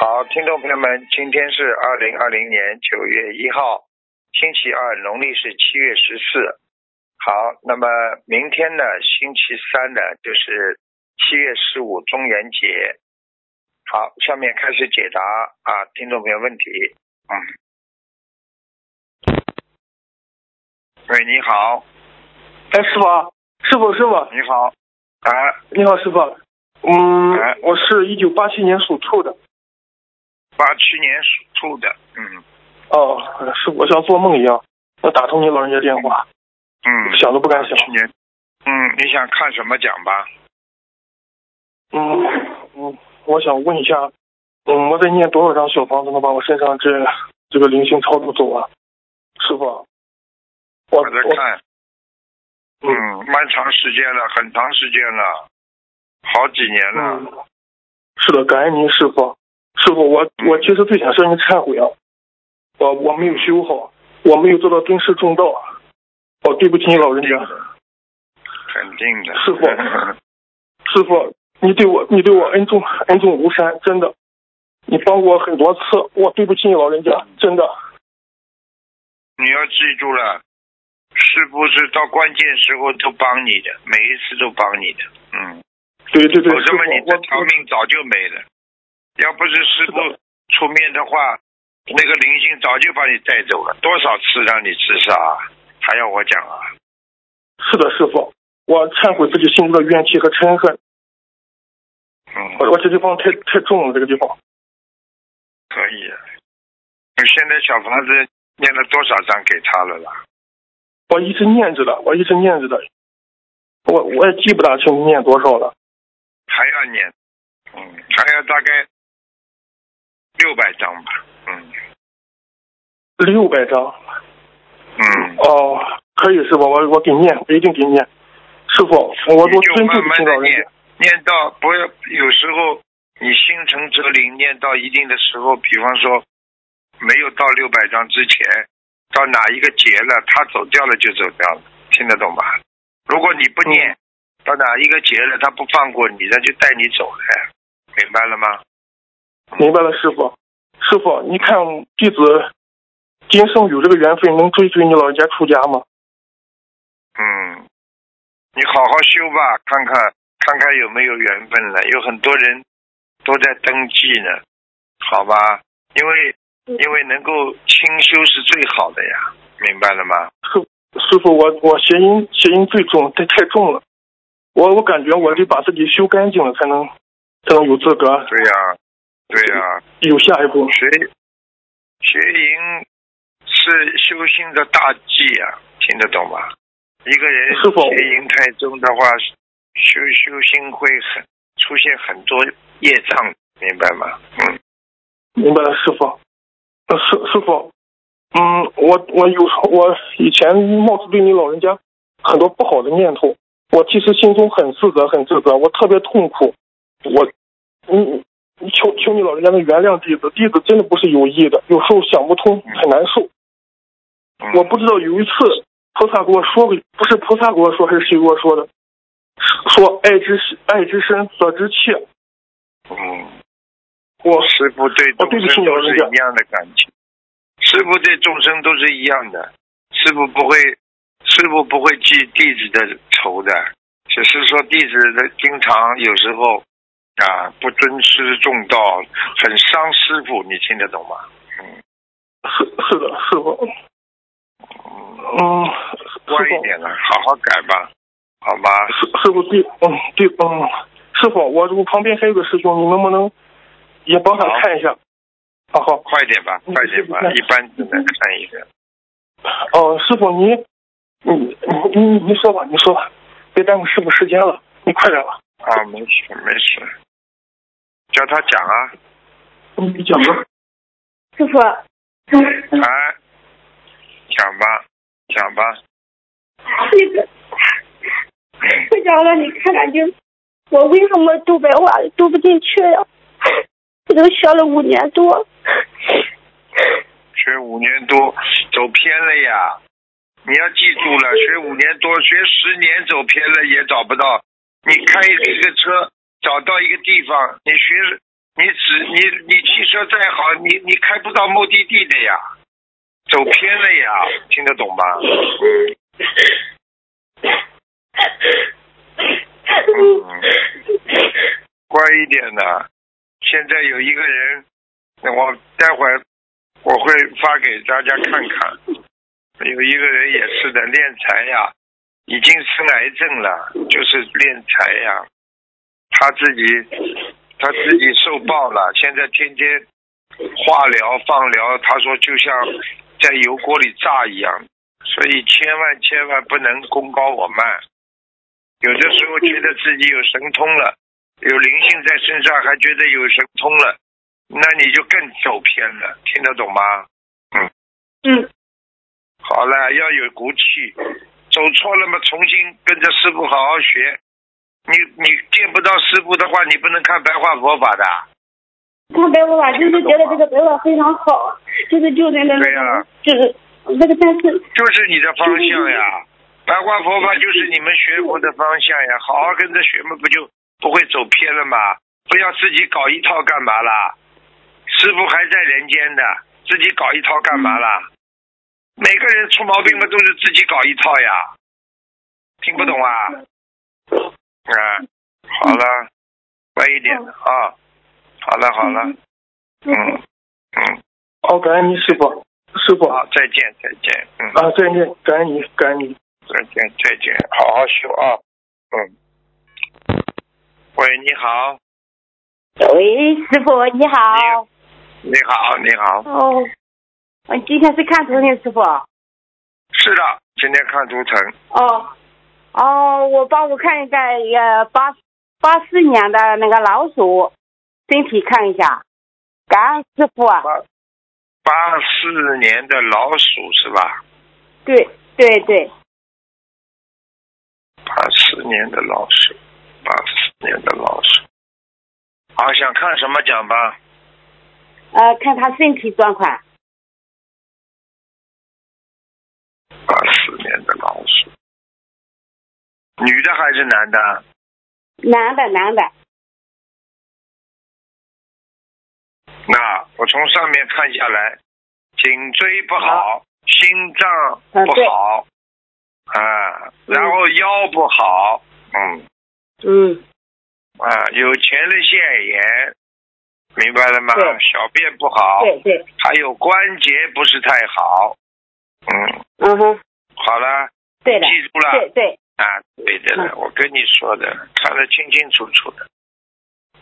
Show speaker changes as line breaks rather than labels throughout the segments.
好，听众朋友们，今天是二零二零年九月一号，星期二，农历是七月十四。好，那么明天呢，星期三呢，就是七月十五中元节。好，下面开始解答啊，听众朋友问题。嗯，喂，你好，
哎，师傅啊，师傅，师傅，
你好，啊，
你好，师傅。嗯
哎，
我是一九八七年属兔的。
八七年属兔的，嗯
哦，师傅，我像做梦一样，我打通你老人家电话，
嗯，
想都不敢想。
七年，嗯，你想看什么讲吧？
嗯嗯，我想问一下，嗯，我得念多少张小房子能把我身上这这个灵性超度走啊？师傅啊，我
我在
我
看，
嗯
嗯，蛮长时间了，很长时间了，好几年了，
嗯，是的，感恩您师傅。师傅，我
嗯
我其实最想向您忏悔啊，我我没有修好，我没有做到尊师重道啊，哦，对不起你老人家。
肯定的。
师傅师傅，你对我，你对我恩重恩重如山，真的，你帮过我很多次，我对不起你老人家，真的。
你要记住了，是不是到关键时候都帮你的，每一次都帮你的，嗯，
对对对，
否
师
则
傅，
么你
我
这条命早就没了。要不是师傅
是的
出面的话，那个灵性早就把你带走了，多少次让你自杀啊，还要我讲啊？
是的，师傅，我忏悔自己心中的怨气和嗔恨，
嗯，
我我这地方太太重了，这个地方
可以。你现在小房子念了多少张给他了啦？
我一直念着的，我一直念着的，我我也记不大清念多少了。
还要念，嗯，还要大概六百张吧，嗯
六百张
嗯，
哦，可以师傅，我我给念，我一定给念。师傅，我
你
都
就
真对
慢
不起
慢
老
的
人家
念。，念到不要有时候你心诚则灵，念到一定的时候，比方说没有到六百张之前，到哪一个节了，他走掉了就走掉了，听得懂吧？如果你不
嗯
念，到哪一个节了，他不放过你，那就带你走了，明白了吗？
明白了，师傅。师傅，你看弟子今生有这个缘分，能追随你老人家出家吗？
嗯，你好好修吧，看看看看有没有缘分了。有很多人都在登记呢，好吧？因为因为能够清修是最好的呀，明白了吗？
师傅，我我谐音谐音最重，太太重了。我我感觉我得把自己修干净了，才能才能有资格
对呀、对呀、
有下一步。
学学营是修心的大忌呀、听得懂吗？一个人
师父
学营太重的话，修修心会很出现很多业障，明白吗？嗯。
明白了，师傅。呃师师傅，嗯，我我有我以前貌似对你老人家很多不好的念头，我其实心中很自责，很自责，我特别痛苦。我，嗯，你求求你老人家能原谅弟子，弟子真的不是有意的，有时候想不通，很难受。
嗯
我不知道有一次菩萨给我说过，不是菩萨给我说，还是谁给我说的，说爱之爱之深，责之切。
嗯
我
师傅哦对众生都是一样的感情，师傅对众生都是一样的，师傅不会，师傅不会记弟子的仇的，只是说弟子的经常有时候啊不尊师重道，很伤师傅，你听得懂吗？
是是的，师傅。嗯，师傅，
乖一点了，好好改吧，好吧？
师师傅对，嗯对，嗯，师傅，我我旁边还有个师兄，你能不能也帮他
好
看一下？啊好，
快点吧，嗯快点吧，一般只能看一个。
哦、师傅你，你你你你说吧，你说吧，别耽误师傅时间了，你快点吧，
啊，没事没事，叫他讲啊，
你讲 吧。
师傅，
啊，讲吧，讲吧。
那 个，我想让你看看，就我为什么读白话读不进去呀、我都学了五年多，
学五年多走偏了呀。你要记住了，学五年多，学十年走偏了也找不到。你开一个车找到一个地方，你学你只你你汽车再好，你你开不到目的地的呀，走偏了呀，听得懂吧？ 嗯嗯，乖一点的。现在有一个人，那我待会儿我会发给大家看看。有一个人也是的，练财呀，已经生癌症了，就是练财呀，他自己他自己受报了，现在天天化疗、放疗，他说就像在油锅里炸一样，所以千万千万不能功高我慢。有的时候觉得自己有神通了，有灵性在身上，还觉得有神通了，那你就更走偏了，听得懂吗？嗯，
嗯，
好了，要有骨气，走错了嘛，重新跟着师傅好好学。你你见不到师傅的话，你不能看白话佛法的。
看白话法就是觉得这个白话非常好，就是就在那
对呀
个，就是那个，但是
就是你的方向呀。白话佛法就是你们学佛的方向呀，好好跟着学嘛，不就不会走偏了吗？不要自己搞一套干嘛啦？师傅还在人间的，自己搞一套干嘛啦？每个人出毛病嘛，都是自己搞一套呀，听不懂啊？啊，好了，乖一点的啊，好了好了，
嗯
嗯嗯，
好，哦感恩您师傅，师傅啊
好，，再见再见，嗯。
再见，感恩您，感恩您。
再见，再见，好好修啊。嗯。喂，你好，
喂，师傅你好。
你好，你好。
哦，我今天是看图呢，师傅。
是的，今天看图腾，
哦，哦，我帮我看一下一个八八四年的那个老鼠，身体看一下。感恩师傅啊，
八八四年的老鼠是吧？
对对对，
八四年的老鼠，八四年的老鼠。好，想看什么讲吧？
呃，看他身体状况。
八四年的老鼠，女的还是男的？
男的男的，
那我从上面看下来，颈椎不好，心脏不好，啊，然后腰不好，嗯，
嗯，
啊，有前列腺炎，明白了吗？
对
小便不好，
对对，
还有关节不是太好，嗯，
嗯哼，
好了，
对的，
记住了
对对，
啊，对的了，
嗯
我跟你说的，看得清清楚楚的，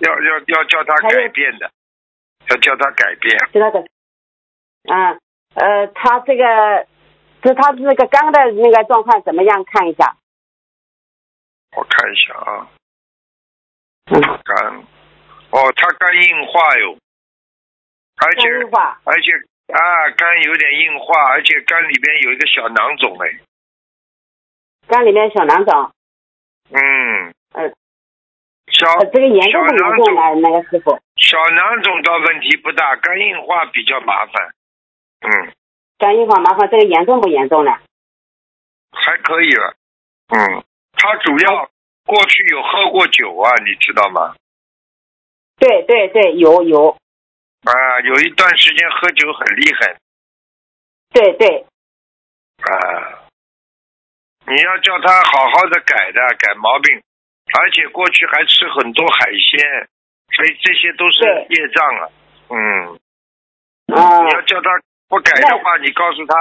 要要要叫他
还有
改变的，要叫他改变，
知道的。啊，呃，他这个，就他这个肝的那个状况怎么样？看一下。
我看一下啊。
嗯，
肝，哦，他肝硬化哟，而且
肝硬化。
而且啊，肝有点硬化，而且肝里边有一个小囊肿哎，
肝里面小啊囊肿，
嗯，
呃，
小
呃这个严重不
小囊
严重
肿
呢？那个师傅，
小囊肿倒问题不大，肝硬化比较麻烦，嗯，
肝硬化麻烦，这个严重不严重呢？
还可以了，嗯，他主要过去有喝过酒啊，你知道吗？
对对对，有有，
啊，有一段时间喝酒很厉害
对对，
啊，你要叫他好好的改的，改毛病，而且过去还吃很多海鲜，所以这些都是
对
业障啊。嗯，
啊、
你要叫他不改的话，你告诉他，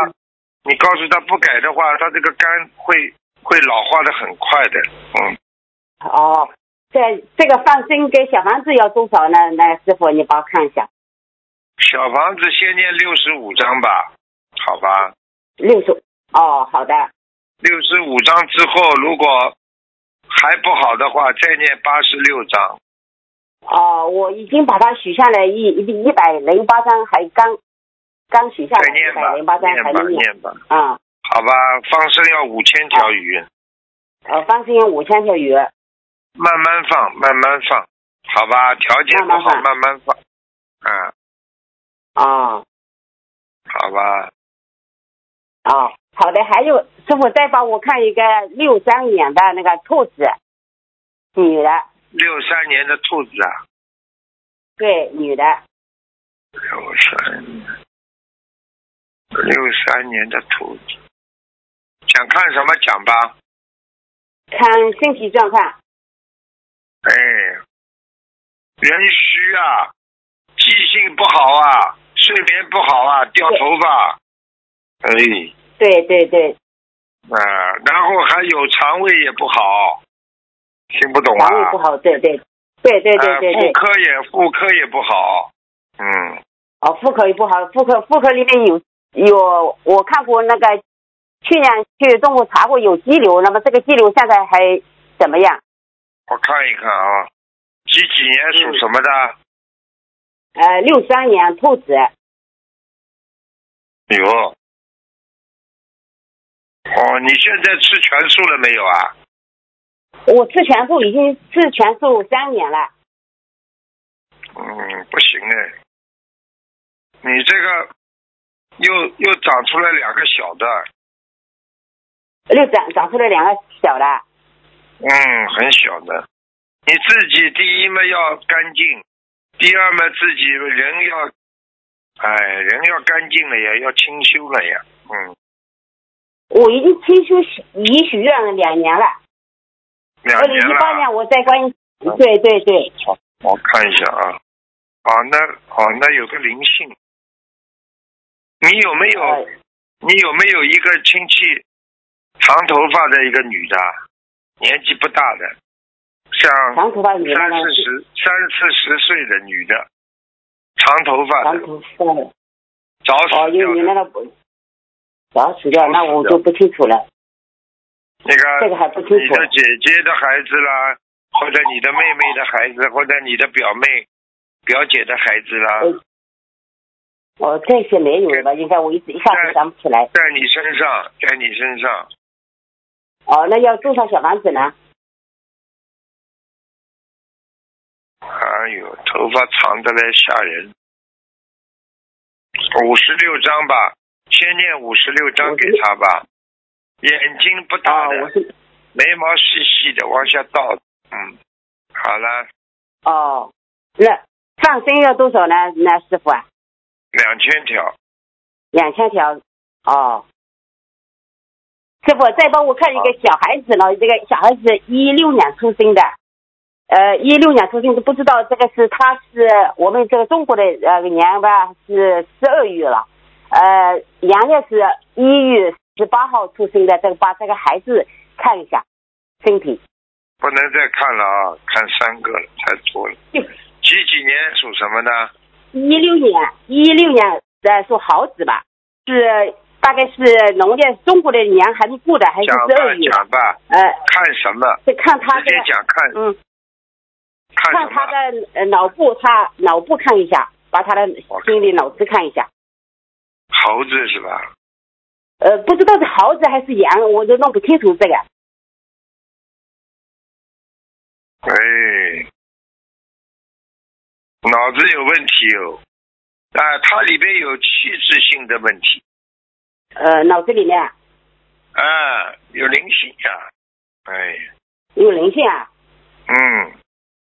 你告诉他不改的话，他这个肝会会老化的很快的。嗯，
哦，这这个放生跟小房子要多少呢？那师傅你帮我看一下，
小房子先念六十五章吧，好吧？
六十，哦，好的，
六十五章之后，如果还不好的话，再念八十六章。
哦，我已经把它许下来一一一百零八张，还刚刚许下
再
来
念
一
吧
百，零八张，
念
还
吧，
没有，
念吧。
啊、
好吧，放生要五千条鱼，
呃，放生五千条鱼，
慢慢放，慢慢放，好吧？条件不好，
慢慢放
慢慢放，啊，
啊、
好吧？
哦，好的，还有师傅再帮我看一个六三年的那个兔子，女的，
六三年的兔子啊，
对，女的，
六三年，六三年的兔子，想看什么讲吧？
看身体状况。
哎，人虚啊，记性不好啊，睡眠不好啊，掉头发，哎
对对对，
啊、然后还有肠胃也不好，听不懂啊？
肠胃不好，对对对对对对
呃
对
妇。科也妇科也不好，嗯，
哦，妇科也不好，妇科妇科里面有有，我看过那个，去年去中国查过有肌瘤，那么这个肌瘤现在还怎么样？
我看一看啊，几几年属什么的？
呃，六三年兔子，
有。哦，你现在吃全素了没有啊？
我吃全素已经吃全素三年了，
嗯，不行哎，你这个又又长出来两个小的，
又长长出了两个小的，
嗯，很小的。你自己第一嘛要干净，第二嘛自己人要，哎，人要干净了呀，要清修了呀，嗯，
我已经清修许已许愿了两年了。
两
二零
年
一八
了
年。我在观音，
嗯
对对对，
我看一下啊，啊，那哦，那有个灵性，你有没有、
呃，
你有没有一个亲戚长头发的一个女的，年纪不大的，像
长头发女的
三
呢
四，十、三四十岁的女的，长头发
长
的，
头发的，
早
哦，
死
因
掉
为你
的，
那个不，早死掉，
早死
那我
掉
就不清楚了，
那
这个
个
还不清
你
楚。
的姐姐的孩子啦，或者你的妹妹的孩子，或者你的表妹、表姐的孩子啦，
嗯哦，这些没有了吧？应该我一直一下子想不起来。
在你身上，在你身上。
哦，那要多少小房子呢？
哎呦，头发长的来吓人。五十六张吧，先念五十六张给他吧。眼睛不大
哦，
的，
我是
眉毛细细的，往下倒。嗯，好了，
哦，那放生要多少呢？那师傅啊，
两千条。
两千条。哦，师傅再帮我看一个小孩子呢，这个小孩子一六年出生的，呃，一六年出生的，不知道这个是他是我们这个中国的呃年吧是十二月了，呃，阳历是一月十八号出生的，这个把这个孩子看一下身体。
不能再看了啊，看三个了，太多了。几几年属什么呢？
一六年，一六年的属猴子吧，是大概是农历中国的年还没过的，还是
讲
十
吧
二月？
讲吧，
呃，
看什么？
得看他
直
这
接
个，
讲看
嗯，
看
看
什么？
他的呃脑部，他脑部看一下，把他的心理脑子看一下。
猴子是吧？
呃，不知道是猴子还是羊，我都弄不清楚这个。
哎，脑子有问题哦，啊、它里边有气质性的问题，
呃，脑子里面
啊，有灵性啊，哎，
有灵性啊。
嗯，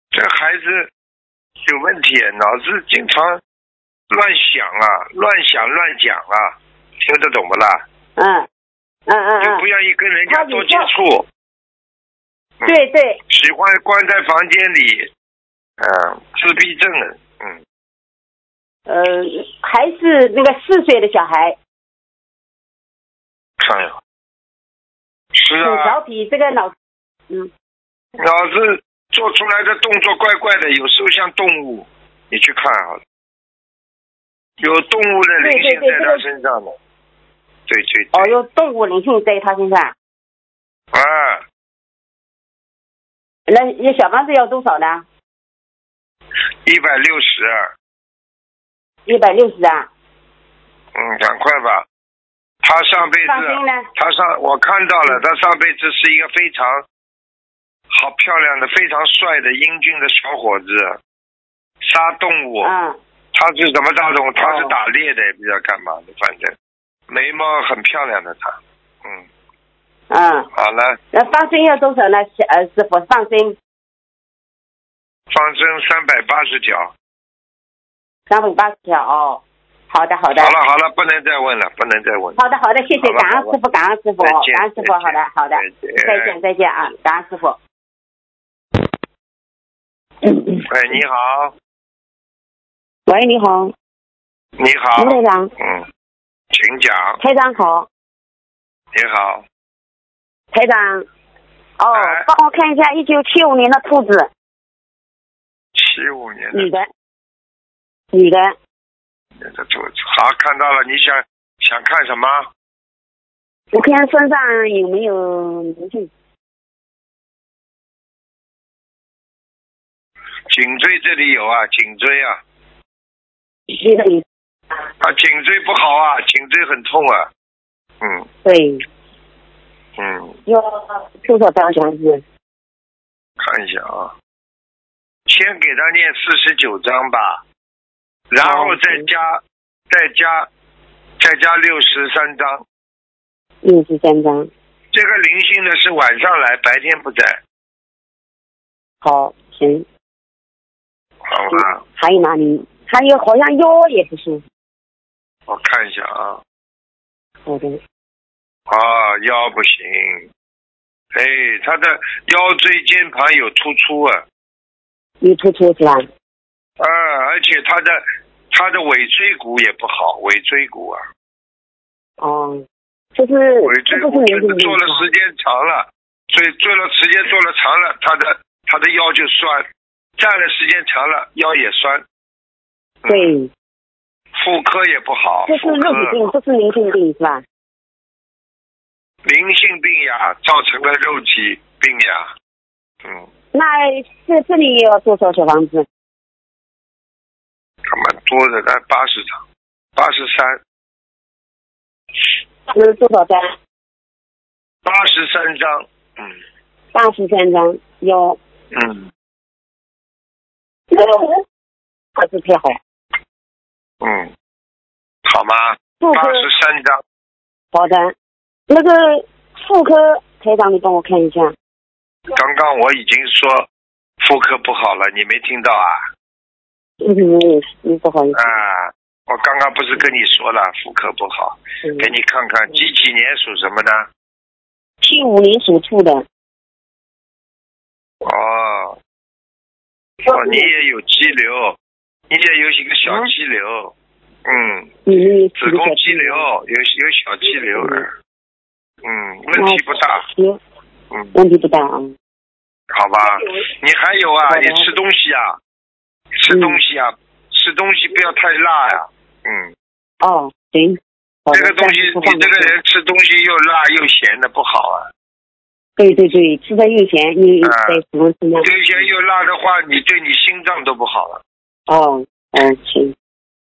这孩子有问题，脑子经常乱想啊，乱想乱讲啊，听得懂不啦？
嗯，嗯嗯
就
嗯
不，愿意跟人家
他比
多接
较
触，
对对，
喜欢关在房间里，嗯、
啊
自闭症了，嗯，
呃，还是那个四岁的小孩，
看呀，是
很
啊，
调皮，这个脑，嗯，
脑子做出来的动作怪怪的，有时候像动物，你去看好了，有动物的灵性在他身上的，对对对，
哦，有动物灵性在他身上。
啊，
那那小房子要多少呢？
一百六十二，
一百六十啊。
嗯，赶快吧，他上辈
放生
子，
呢？
他上我看到
嗯
了，他上辈子是一个非常好漂亮的、非常帅的英俊的小伙子，杀动物，
啊
嗯，
他是什么大动物？他是
哦
打猎的，也不知道干嘛的，反正眉毛很漂亮的他，嗯。
嗯，
好了，
那放生要多少呢？小呃，师傅放生
放生三百八十条，
三百八十条哦。好的，好的。
好了好了，不能再问了，不能再问了。
好的，好的，谢谢，
好了
感恩
好了
师傅，感恩师傅，
再见
感恩师傅，
再见
好的，好的，
再见
再见，再见啊，感恩师傅。
哎，你好，
喂，你好，
你好
卢，台长，
嗯，请讲。
台长好，
你好，
台长，哦
哎，
帮我看一下一九七五年的兔子，
七五年
嗯
的
女的，女的，
那个兔子，好，看到了，你想想看什么？
我看身上有没有灵性？
颈椎这里有啊，颈椎啊，
对的，
啊，颈椎不好啊，颈椎很痛啊，嗯
对，
嗯，
要多少张小子？
看一下啊，先给他念四十九章吧，然后再加再加再加六十三章。
六十三张。
这个灵性呢是晚上来，白天不在，
好，行，
好吧？
还有哪里？还有好像腰也不舒服。
我看一下啊，
好的，
啊，腰不行，哎，他的腰椎间盘有突出啊，
有突出是吧？
啊，而且他的他的尾椎骨也不好，尾椎骨啊，
哦，这是
尾椎
这个
骨
是
就是
灵性
做了时间长了，所以做了时间做了长了，他的他的腰就酸，站了时间长了腰也酸，嗯
对，
妇科也不好，啊
这是
妇
肉体
科
病，这是灵性病是吧？
灵性病呀，造成了肉体病呀，嗯，
那这这里要多少小房子？
还蛮多的，才八十张，八十三，
是多少张？
八十三张，嗯
八十三张，要
嗯
还是太好。
嗯，好吗？
妇科
八十三张。
好的，那个妇科台长，你帮我看一下。
刚刚我已经说妇科不好了，你没听到啊？
嗯，嗯，不好意思
啊，，我刚刚不是跟你说了妇科不好？
嗯
给你看看几几年属什么呢？
七五年属兔的，
哦，哦，你也有肌瘤，你也有一个小肌瘤，嗯，
你们有几
子
个
宫
小
肌瘤有有小肌瘤的，嗯，问题不大，
行，
嗯，
问题不大啊。
好吧，你还有
好
啊，
的
你吃东西啊，吃东西啊，吃东西不要太辣呀、嗯。
哦，行，好的
这个东西，
暂时不
你
放
这个
了
人吃东西又辣又咸的不好啊。
对对对，吃的又咸，你
啊
在什么什么
又？咸又辣的话，你对你心脏都不好了。
哦，嗯，行，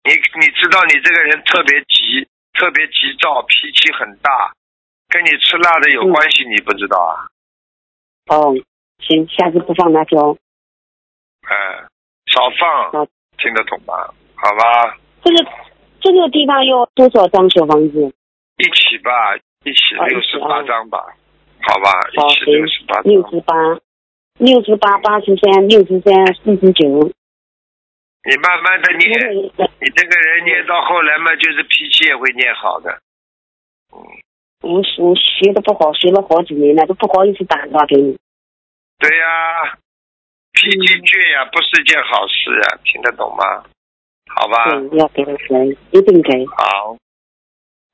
你你知道你这个人特别急，特别急躁，脾气很大，跟你吃辣的有
嗯
关系，你不知道啊？
哦，行，下次不放辣椒。
嗯，少放
好，
听得懂吗？好吧，
这个这个地方要多少张小房子？
一起吧，一起
哦
六
一
十
起
八
哦
张吧，好吧，
好
一起
行
六十八张，
六十八，六十八，八十三，六十三，四十九。
你慢慢的念，
嗯
你这个人念到后来嘛，就是脾气也会念好的。
我我学的不好，学了好几年了，都不好意思打电话给你。
对呀、
嗯
脾气倔呀、不是件好事呀、听得懂吗？好吧，
对，要给他给，一定给。
好，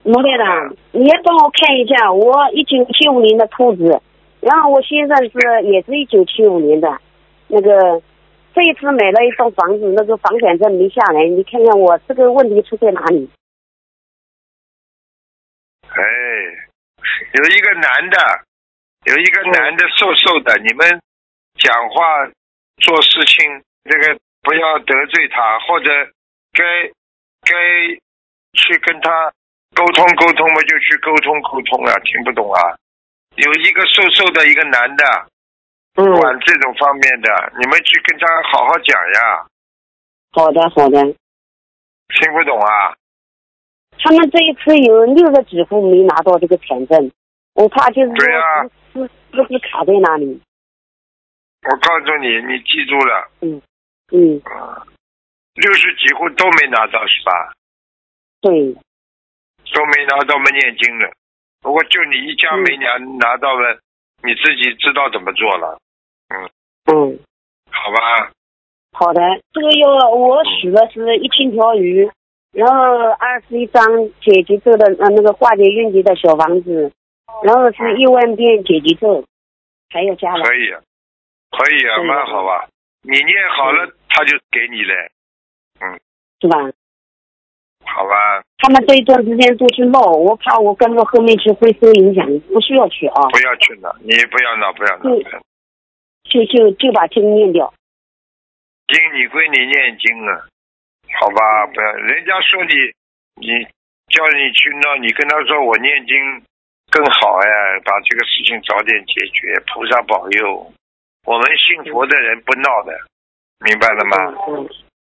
罗队长，你也帮我看一下，我一九七五年的兔子，然后我先生是也是一九七五年的，那个这一次买了一栋房子，那个房产证没下来，你看看我这个问题出在哪里？
哎，有一个男的，有一个男的瘦瘦的，你们讲话做事情这个不要得罪他，或者该该去跟他沟通沟通嘛，就去沟通沟通啊，听不懂啊？有一个瘦瘦的一个男的，
嗯，
管这种方面的，你们去跟他好好讲呀，
好的好的，
听不懂啊？
他们这一次有六个几户没拿到这个产证，我怕就是说
对啊
是是不是卡在哪里？
我告诉你，你记住了，
嗯，
啊，六就是几乎都没拿到是吧？
对，
都没拿到嘛念经了。不过就你一家没拿、拿到了，你自己知道怎么做了，
嗯，
好吧？
好的，这个月我许的是一千条鱼，然后二十一张解结咒的呃那个化解冤结的小房子，然后是一万遍解结咒，还有加了
可以啊，可以啊，
对嗯
蛮好啊。你念好了，他就给你了，
是吧？
好吧？
他们这一段时间都去闹，我怕我跟着后面去会受影响，不需要去啊，
不要去了，你不要闹，不要闹。
嗯就就就把经念掉。
经你归你念经啊，好
嗯
吧？不要，人家说你，你叫你去闹，你跟他说我念经更好呀，把这个事情早点解决，菩萨保佑。我们信佛的人不闹的，明白了吗？
嗯，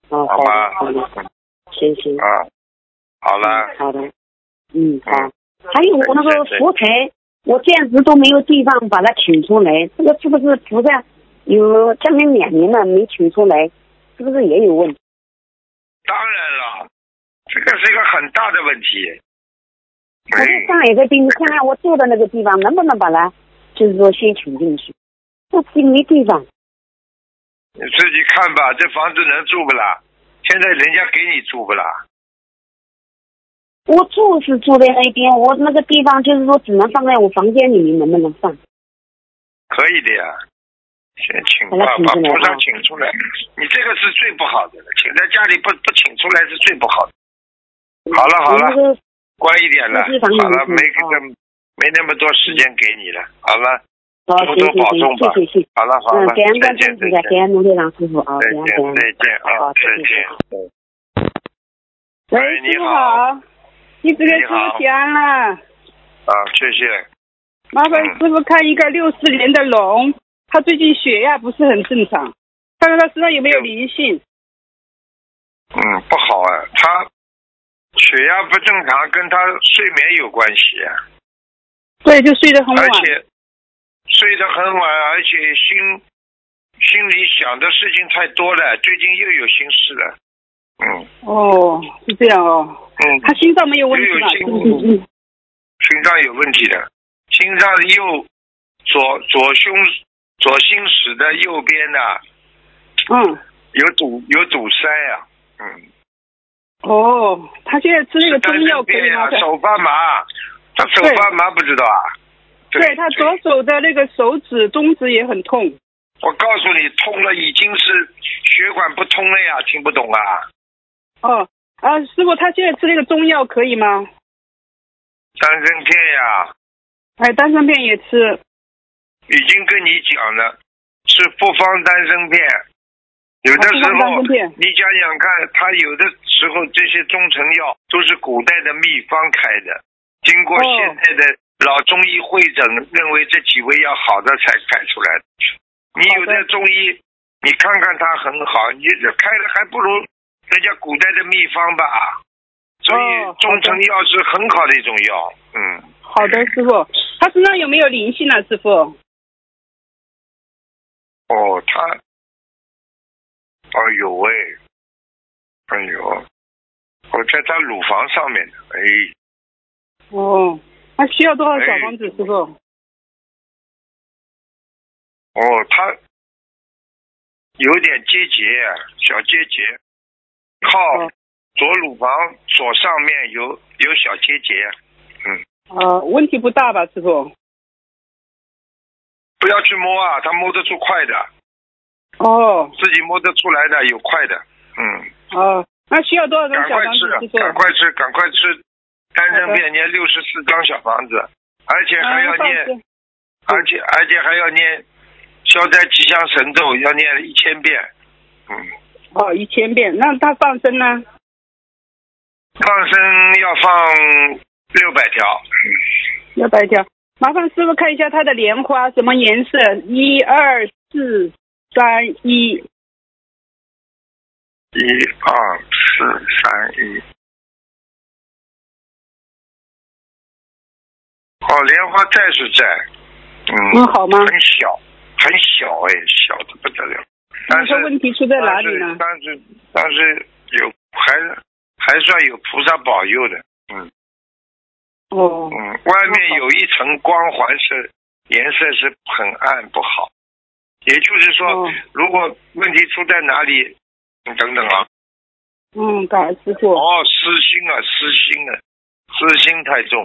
哦，
好
好
吧
的，好的，行行，
啊，好了，
好的，嗯，好
嗯。
还有我那个佛台，我暂时都没有地方把它请出来，这个是不是菩萨有将近两年了没请出来，是不是也有问题？
当然了，这个是一个很大的问题。
我在
嗯，
上海这地方看看我住的那个地方能不能把它，就是说先请进去，这没地方。
你自己看吧，这房子能住不啦？现在人家给你住不啦？
我住是住在那边，我那个地方就是说只能放在我房间里面，能不能放？
可以的呀，先请吧，
好了
把
请出来
菩萨
啊
请出来。你这个是最不好的了，请在家里不不请出来是最不好的。好了好
我那
了，
个
乖一点了，
那是房子
好了，
嗯
没个没那么多时间给你了。好了，
好，
多多
行行
保重吧
行，谢谢谢谢。
好了好
嗯
了，，
感恩
再
关
见
心
再见
菩萨，感恩卢队长师傅啊，
再
感恩感
见
恩。
再见啊
好
再
谢谢
见。
喂，
哎喂你
师傅
好
好，弟子给
你
师
好
傅请安了，
啊，谢谢。
麻烦
嗯
师傅看一个六四年的龙，他最近血压不是很正常，看看他身上有没有灵性。
嗯，不好啊，他血压不正常，跟他睡眠有关系啊。
对，就睡得很晚
而。且睡得很晚，而且心心里想的事情太多了，最近又有心事了。嗯
哦，是这样哦，
嗯，
他心脏没有问题吧？
又有
嗯嗯嗯
心脏有问题的，心脏右左左胸左心室的右边呐、
嗯，
有堵有堵塞啊。嗯，
哦，他现在吃那个中药可以吗
啊，？手发麻，他手发麻不知道啊。
对他左手的那个手指、中指也很痛。
我告诉你，痛了已经是血管不通了呀，听不懂啊。
哦，啊，师傅，他现在吃那个中药可以吗？
丹参片呀，
哎，丹参片也吃。
已经跟你讲了，是复方丹参片。有的时
啊复方丹
候，
参片
你想想看，它有的时候这些中成药都是古代的秘方开的，经过
哦
现在的老中医会诊，认为这几味药好的才开出来的。你有
好
的
的
中医，你看看它很好，你这开的还不如人家古代的秘方吧。所以
哦好的
中成药是很好的一种药，嗯。
好的，师傅，他身上有没有灵性啊，师傅？
哦，他，哎呦喂，哎呦，我在他乳房上面呢，哎，
哦，他需要多少小房子，师傅？
哦，他有点结节，啊小结节，靠
哦
左乳房左上面有有小结节，哎
呃，问题不大吧，师傅？
不要去摸啊，他摸得出快的，
哦，
自己摸得出来的，有快的，嗯，
哦，那需要多少张
赶
小
快
房子，
吃，
师
啊
傅？
赶快吃，赶快吃，丹参
好的
片念六十四张小房子，而且还
嗯
要
我上
念。
次
而且而且还要念消灾吉祥神咒，要念一千遍。嗯，
哦，一千遍。那他放生呢？
放生要放六百条。
六百条。麻烦师傅看一下他的莲花什么颜色？一二四三一。
一二四三一。哦，莲花寨是寨，嗯，
嗯，好吗？
很小，很小哎，小的不得了。但
那
是
个问题出在哪里呢？
但是但是但是还算有菩萨保佑的，嗯
哦，
嗯，外面有一层光环是颜色是很暗不好，也就是说
哦，
如果问题出在哪里，你等等啊，
嗯，感恩师傅。哦，
哦，私心啊，私心啊，私心太重，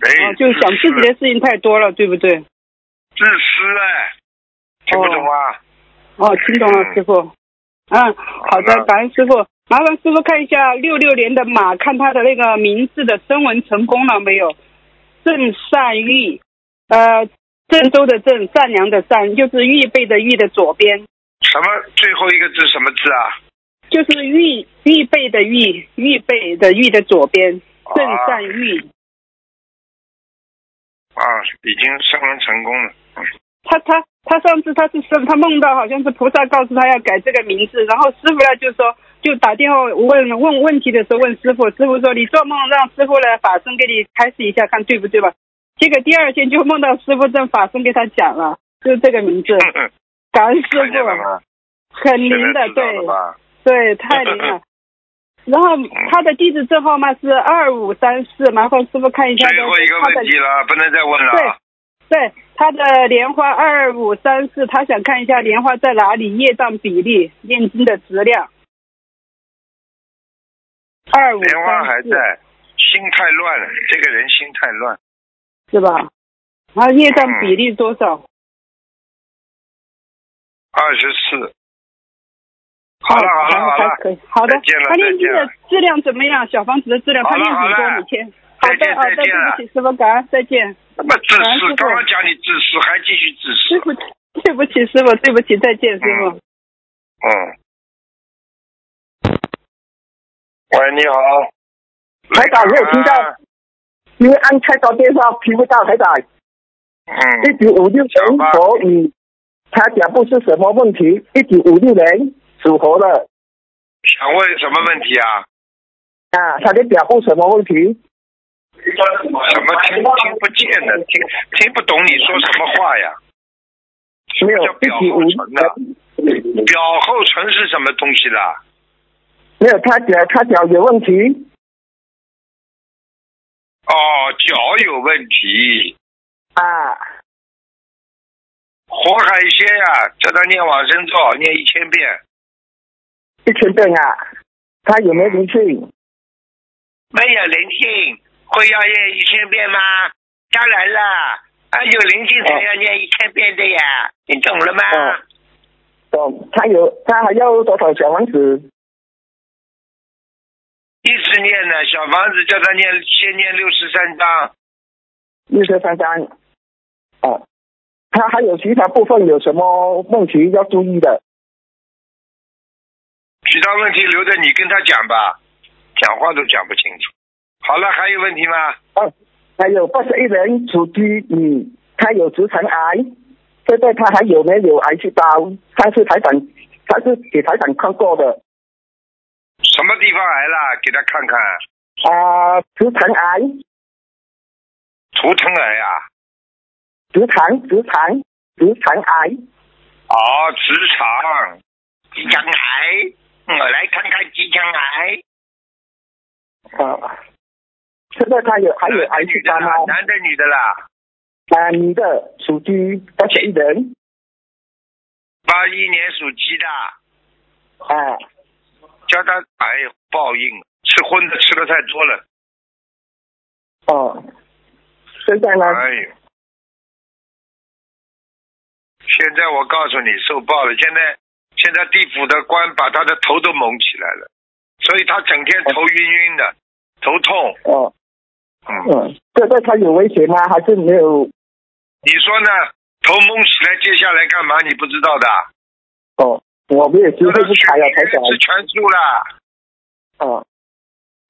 哎，
啊就是想自己
自
的
私
事情太多了，对不对？
自私哎，听不懂啊？
哦，听懂了，师傅。嗯，好的
好的，
感恩师傅。麻烦师傅看一下六六年的马，看他的那个名字的声纹成功了没有？郑善玉，呃，郑州的郑，善良的善，就是预备的预的左边，
什么最后一个字什么字啊？
就是预预备的预，预备的预的左边，郑善玉。
啊，已经升温成功了。嗯
他他他上次他是生他梦到好像是菩萨告诉他要改这个名字，然后师傅呢就说就打电话问问问题的时候问师傅，师傅说你做梦让师傅来法身给你开示一下看对不对吧？结果第二天就梦到师傅正法身给他讲了，就是这个 名字，感恩师
看见了
傅，
吗？
很
现
灵
在
的
知，道
对
了吧？
对，太灵了。然后他的地址证号码是二五三四，麻烦师傅看一下
最后一个
他的
问题了，不能再问了。
对，他的莲花二五三四，他想看一下莲花在哪里，业障比例、念经的质量。二五
莲花
三
还
四
在，心太乱了，这个人心太乱。
是吧？然后业障比例多少？
二十四。好了
哎
好了好
哦还
了，
可以。好的
再见，了
他念
再
经
见
的
了
质量怎么样？小房子的质量，
好
他
了
念很
好了
多每天。好
再见
的，好的，
再见了
对不起，师傅，感恩，再见。
那么自
感恩师
私，
傅
刚刚讲你自私，还继续自
对
私。
不起，对不起，师傅，对不起，再见，师傅。
嗯嗯。喂，你好。
台长没有听到
啊
因为安开到电话听不到台长。一
嗯，
九五六年属你，他讲不是什么问题。一九五六年属猴的
想问什么问题啊？
啊，他在讲不什么问题？
怎么听听不见的，听听不懂你说什么话呀？
没有
叫，
一
表
九
后
五
尘呢？表后尘是什么东西啦？
没有，他讲他讲有问题，
哦，脚有问题，
啊，
活海鲜呀、叫他念往生咒，念一千遍。
一千遍啊，他有没有灵性？
没有灵性，会要念一千遍吗？当然了，啊，有灵性才要念一千遍的呀，你懂了吗？
哦懂？他有他还要多少小王子？
一直念呢，小房子叫他念，先念六十三章。
六十三张，啊，他还有其他部分有什么问题要注意的？
其他问题留着你跟他讲吧，讲话都讲不清楚。好了，还有问题吗？
哦，还有八十一人属鸡，嗯，他有直肠癌，现在他还有没有癌细胞？上次台长，上次给台长看过的
什么地方癌了？给他看看，
啊、直肠癌，
图腾癌啊？
直肠直肠直肠癌，
哦，直肠，直肠癌，我来看看直肠癌。
啊、现在他有还有癌
男的
细
女的
胞
啦
吗？
男的女的啦？
啊、你的属鸡，八十一人
八一年属鸡的，
啊，
叫他哎呦报应，吃荤的吃的太多了，
哦，现在呢？
哎呦！现在我告诉你受报了，现在现在地府的官把他的头都蒙起来了，所以他整天头晕晕的，头痛。
哦，
嗯，
嗯，现在他有危险吗？还是没有？
你说呢？头蒙起来，接下来干嘛？你不知道的，
哦，我们也机会
他
不开了，台
许
长
愿，吃全素啦，
哦。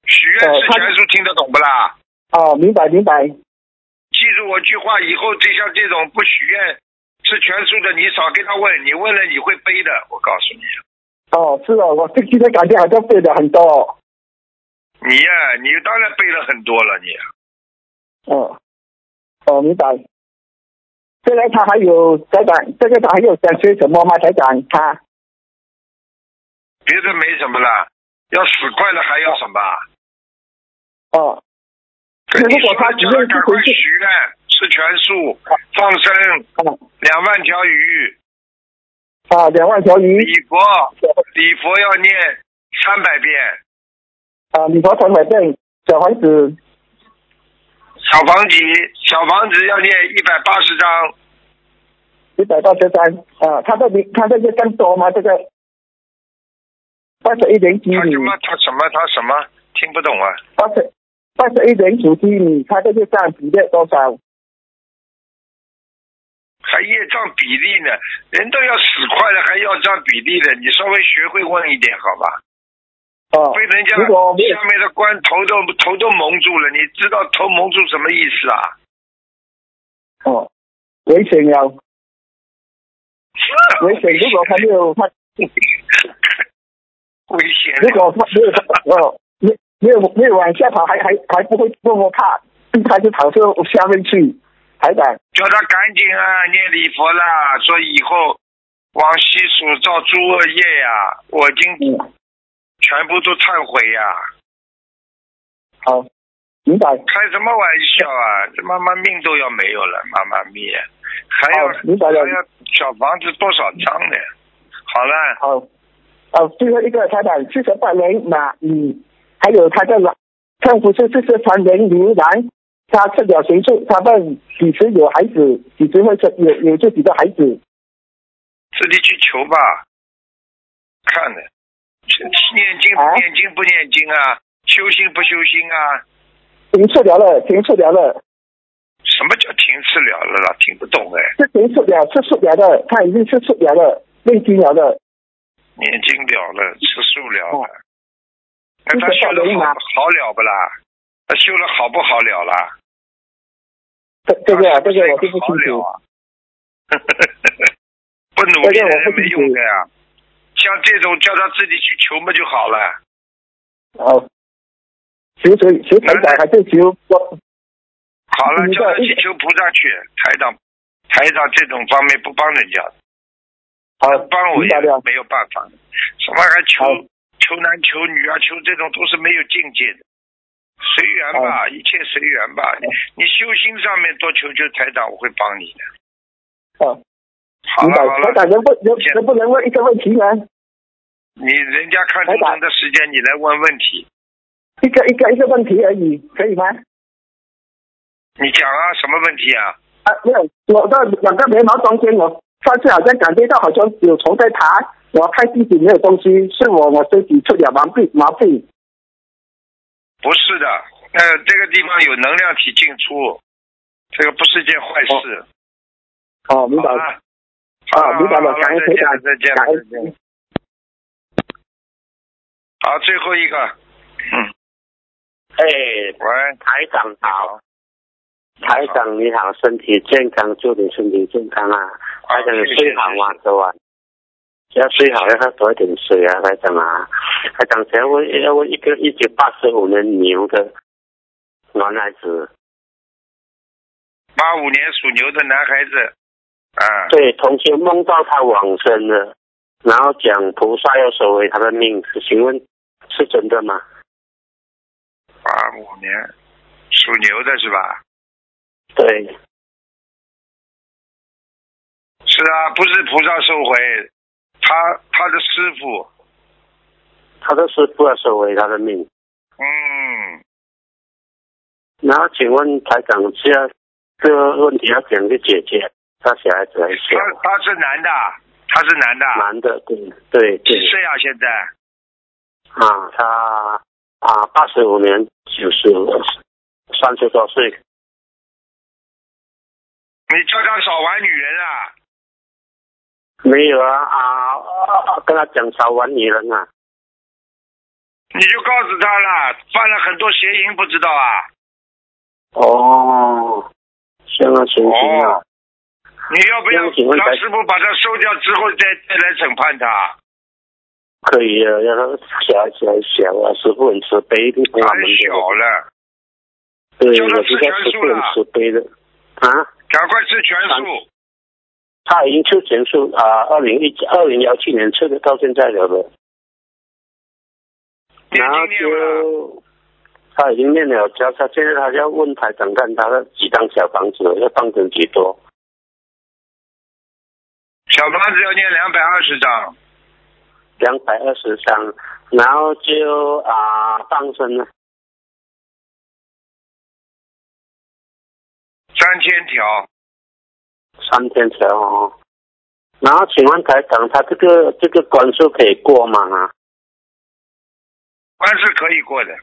许愿吃
哦他
全素听得懂不啦？
哦，明白明白，
记住我句话，以后这像这种不许愿吃全素的，你少跟他问，你问了你会背的。我告诉你，
哦，是哦，我这今天感觉好像背了很多哦，
你呀、你当然背了很多了，你
哦，哦，明白。现在他还有台长，这个他还有想学什么吗？台长，他
别的没什么了。要死快了还要什么？
哦，
对
如
你
果
说
他
的
只
就
认
是
识
赶
回
快
去
许愿，吃全素，放生
啊
两万条鱼，
啊，两万条鱼
礼佛礼佛要念三百遍，
啊，你佛才买对，小房子
小房子小房子要念一百八十章，
一百八十三啊，他的名他这个更多吗？这个八十一点几
他
米
什，么他什么他什么听不懂啊？
八十八十一点九几米，他这个占比例多少？
还业障比例呢？人都要死快了，还要占比例呢？你稍微学会问一点好吧？
哦
被人家，
如果没有
下面的官头都头都蒙住了，你知道头蒙住什么意思啊？
哦，危险了， 危险！如果他没有他，
危险了
如果他没有他哦，没没有没有往啊下跑，还还还不会那么怕，他就跑到下面去，台长。
叫他赶紧啊，念礼佛啦，说以后往西数造诸恶业呀、我已经
嗯，
全部都忏悔呀、
好，明白。
开什么玩笑啊！这妈妈命都要没有了，妈妈咪，还要、
哦明白了
还要小房子多少张呢？好了，
好，哦，最后一个台长，四十八年马乙，还有他的老丈夫是四十三年牛男，他赤脚行走，他问几时有孩子，几时会生有有自己的孩子？
自己去求吧。看呢，念经
啊
不念经不念经啊？修心不修心啊？
停治疗了，停治疗了，
什么叫停治疗了啦？听不懂哎。
是停治疗，是治疗的，他已经是治疗了，内经疗了。
念经了了，吃素了了
哦。
那他
这个
修的
小人
好
嘛
好了不啦？他修的好不好了啦？
这这个啊
他是
这个
是
我
一
听
个
不
好
清
了
楚。
啊。 不努力的人没用的呀、像这种叫他自己去求嘛就好了。
哦，求求求台长还是求我？
好了，
你
叫他
这
去求菩萨去。台长，台长这种方面不帮人家，
好，
帮我
明
也
白了。
没有办法。什么还求
好
求男求女啊，求这种都是没有境界的。随缘吧，一切随缘吧。你你修心上面多求求台长，我会帮你的。
哦，
好
明
了
白。
好
台
了，
长能不能能不能问一个问题呢？
你人家看图腾的时间，你来问问题。
一个一个一个问题而已，可以吗？
你讲啊，什么问题啊？
啊，没有，我的两个眉毛中间，我上次好像感觉到好像有虫在爬，我看自己没有东西，是我我身体出了毛病毛病。
不是的，呃，这个地方有能量体进出，这个不是件坏事。
哦，明白
好
了，
了，好
啊，明白了，
好
感恩
再见
台长，
再见
感
再
恩
见。好，最后一个，嗯，
哎，
喂，
台长好，台
你好
长你好，身体健康，祝你身体健康啊！台长，你睡好
啊
吗？昨晚要睡好，要喝多一点水啊，台长啊！台长，想问要问一个一九八五年牛的男孩子，
八五年属牛的男孩子，啊，
对，同学梦到他往生了，然后讲菩萨要收回他的命，请问是真的吗？
八五年属牛的是吧？
对，
是啊，不是菩萨收回，他他的师傅，
他的师傅要收回他的命。
嗯，
然后请问台长，这样这个问题要怎样去解决？他小孩子很小，
他他是男的，他是男的，
男的，对对
几
对，
岁啊？现在
啊，他啊，八十五年九十三十多岁，
你叫他少玩女人啊？
没有啊啊啊，跟他讲少玩女人啊，
你就告诉他了，犯了很多邪淫，不知道啊？
哦，相当情形啊，
哦你要不要
那请问
让
白
师傅把他收掉之后再再来审判他？
可以啊，让他小孩子很小啊，师傅很慈悲，你帮
太
他们的
小了，
对，
叫他
我
吃
知道
全
师
素
傅很
了
慈悲的啊。
赶快吃全素。
他已经吃全素啊，二零一二零幺七年吃的到现在了的。然后就他已经念了，加他现在他要问台长看他的几张小房子要放成几多。
小房子要念两百二十张，
两百二十张，然后就啊放生了
三千条。
三千条哦。然后请问台长，他这个这个关数可以过吗？
关是可以过的，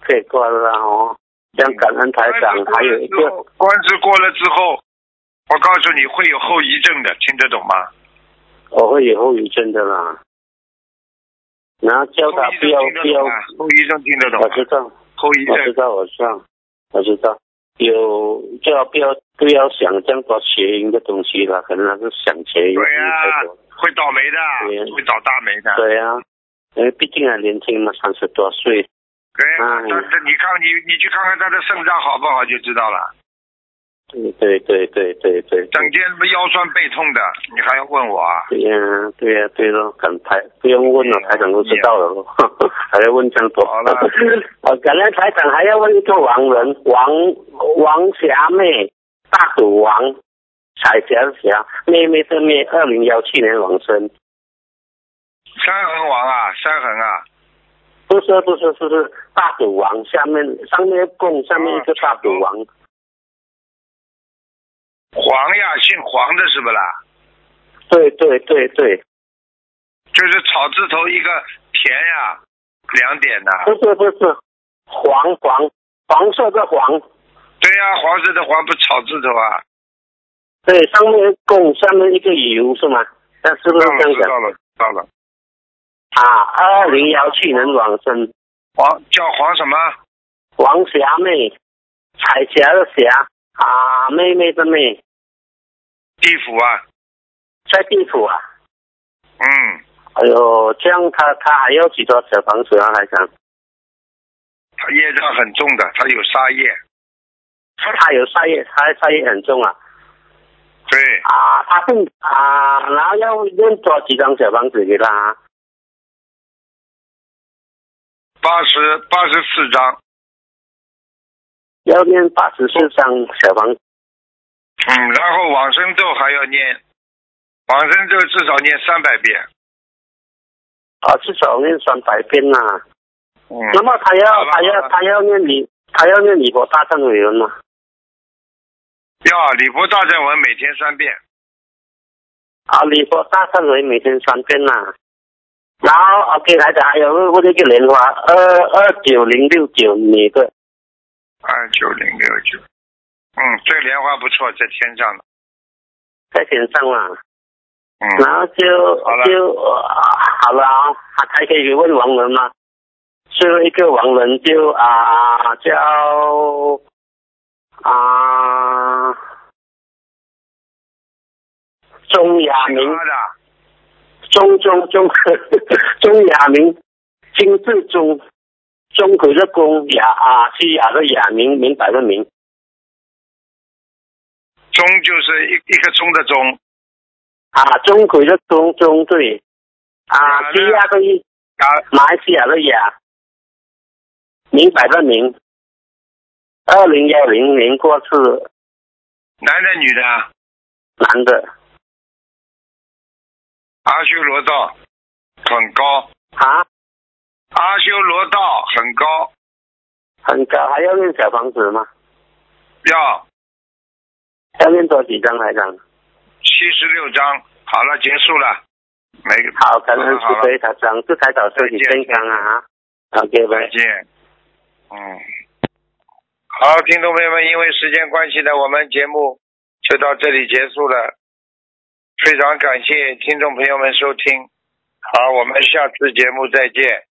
可以过了啦哦。哎这样感恩台长，还有一个
官司过了之后，我告诉你会有后遗症的，听得懂吗？
我会有后遗症的啦。然后叫
后
他
遗
不
症
要
听得
不
懂
要
吗，？啊后遗症听得懂
我
吗？
知道，
后遗
我知
症
道，我知道，我知道。有就要不要不要想这么多谐音的东西了，可能他是想谐音
对啊呀、
太多了。
会倒霉的
对呀，
会倒大霉的。
对呀、因为毕竟还年轻嘛，三十多岁，
对，
哎
但是你看你你去看看他的肾脏好不好就知道了，
对对对对对对。
整天腰酸背痛的，你还要问我啊？
对呀、对呀、对咯，港台不用问了，台长都知道了咯，还要问这样多。
好了
呃，感恩台长还要问一个王人，王王霞妹，大赌王，彩霞的霞，妹妹的妹，二零幺七年往生，
三横王啊，三横啊，
不是不是不是大赌王，下面上面供下面一个大赌王，
黄呀，姓黄的是不啦？
对对对对，
就是草字头一个田呀，两点呐、
不是不是，黄黄黄色的黄，
对呀、黄色的黄不草字头啊。
对，上面供下面一个油是吗？那是不
知
是
道了，
这样
嗯知
讲？
道了，知道了。
啊，二零幺七年往生，
黄叫黄什么？
王霞妹，彩霞的霞啊，妹妹的妹，
地府啊，
在地府啊。
嗯，
哎呦，这样他他还要几多小房子啊？还想
他业障很重的，他有杀业。
他有杀业，他杀业很重啊
对，
啊！他病啊，然后要认多几张小房子给他啊，
八十八十四章，
要念八十四张小房子
嗯，然后往生咒还要念，往生咒至少念三百遍。
啊，至少念三百遍啊。
嗯，
那么他
好
要
吧
他
好
要
吧
他要念礼他要念礼佛大忏悔文嘛？
要礼佛大正文每天三遍，
啊，你说大忏悔每天三遍呐、然后 OK 来的还有问一个莲花二二九零六九女的
二九零六九。嗯，这莲花不错，在天上的。
在天上嘛，
嗯，
然后就
好了
就、啊好了啊，还可以问王人吗？最后一个王人就啊叫啊钟雅
其
明
他的
中中中中雅明，金字中，中国的中雅啊，西雅的雅明，明白的明，
钟就是一一个钟的钟，
啊，中国的中中对，啊，
雅
西
呢
亚的一
雅
马来西亚的雅，明白的明，二零幺零年过世，
男的女的，
男的
阿修罗道很高，
啊，
阿修罗道很高，
很高，还要念小房子吗？
要
要念多几张来讲？
七十六章。好了，结束了，没
好，感恩
好了
慈悲台长，祝台长身体
再见
健康啊啊，OK，拜
再。见。嗯，好，听众朋友们，因为时间关系呢，我们节目就到这里结束了。非常感谢听众朋友们收听，好，我们下次节目再见。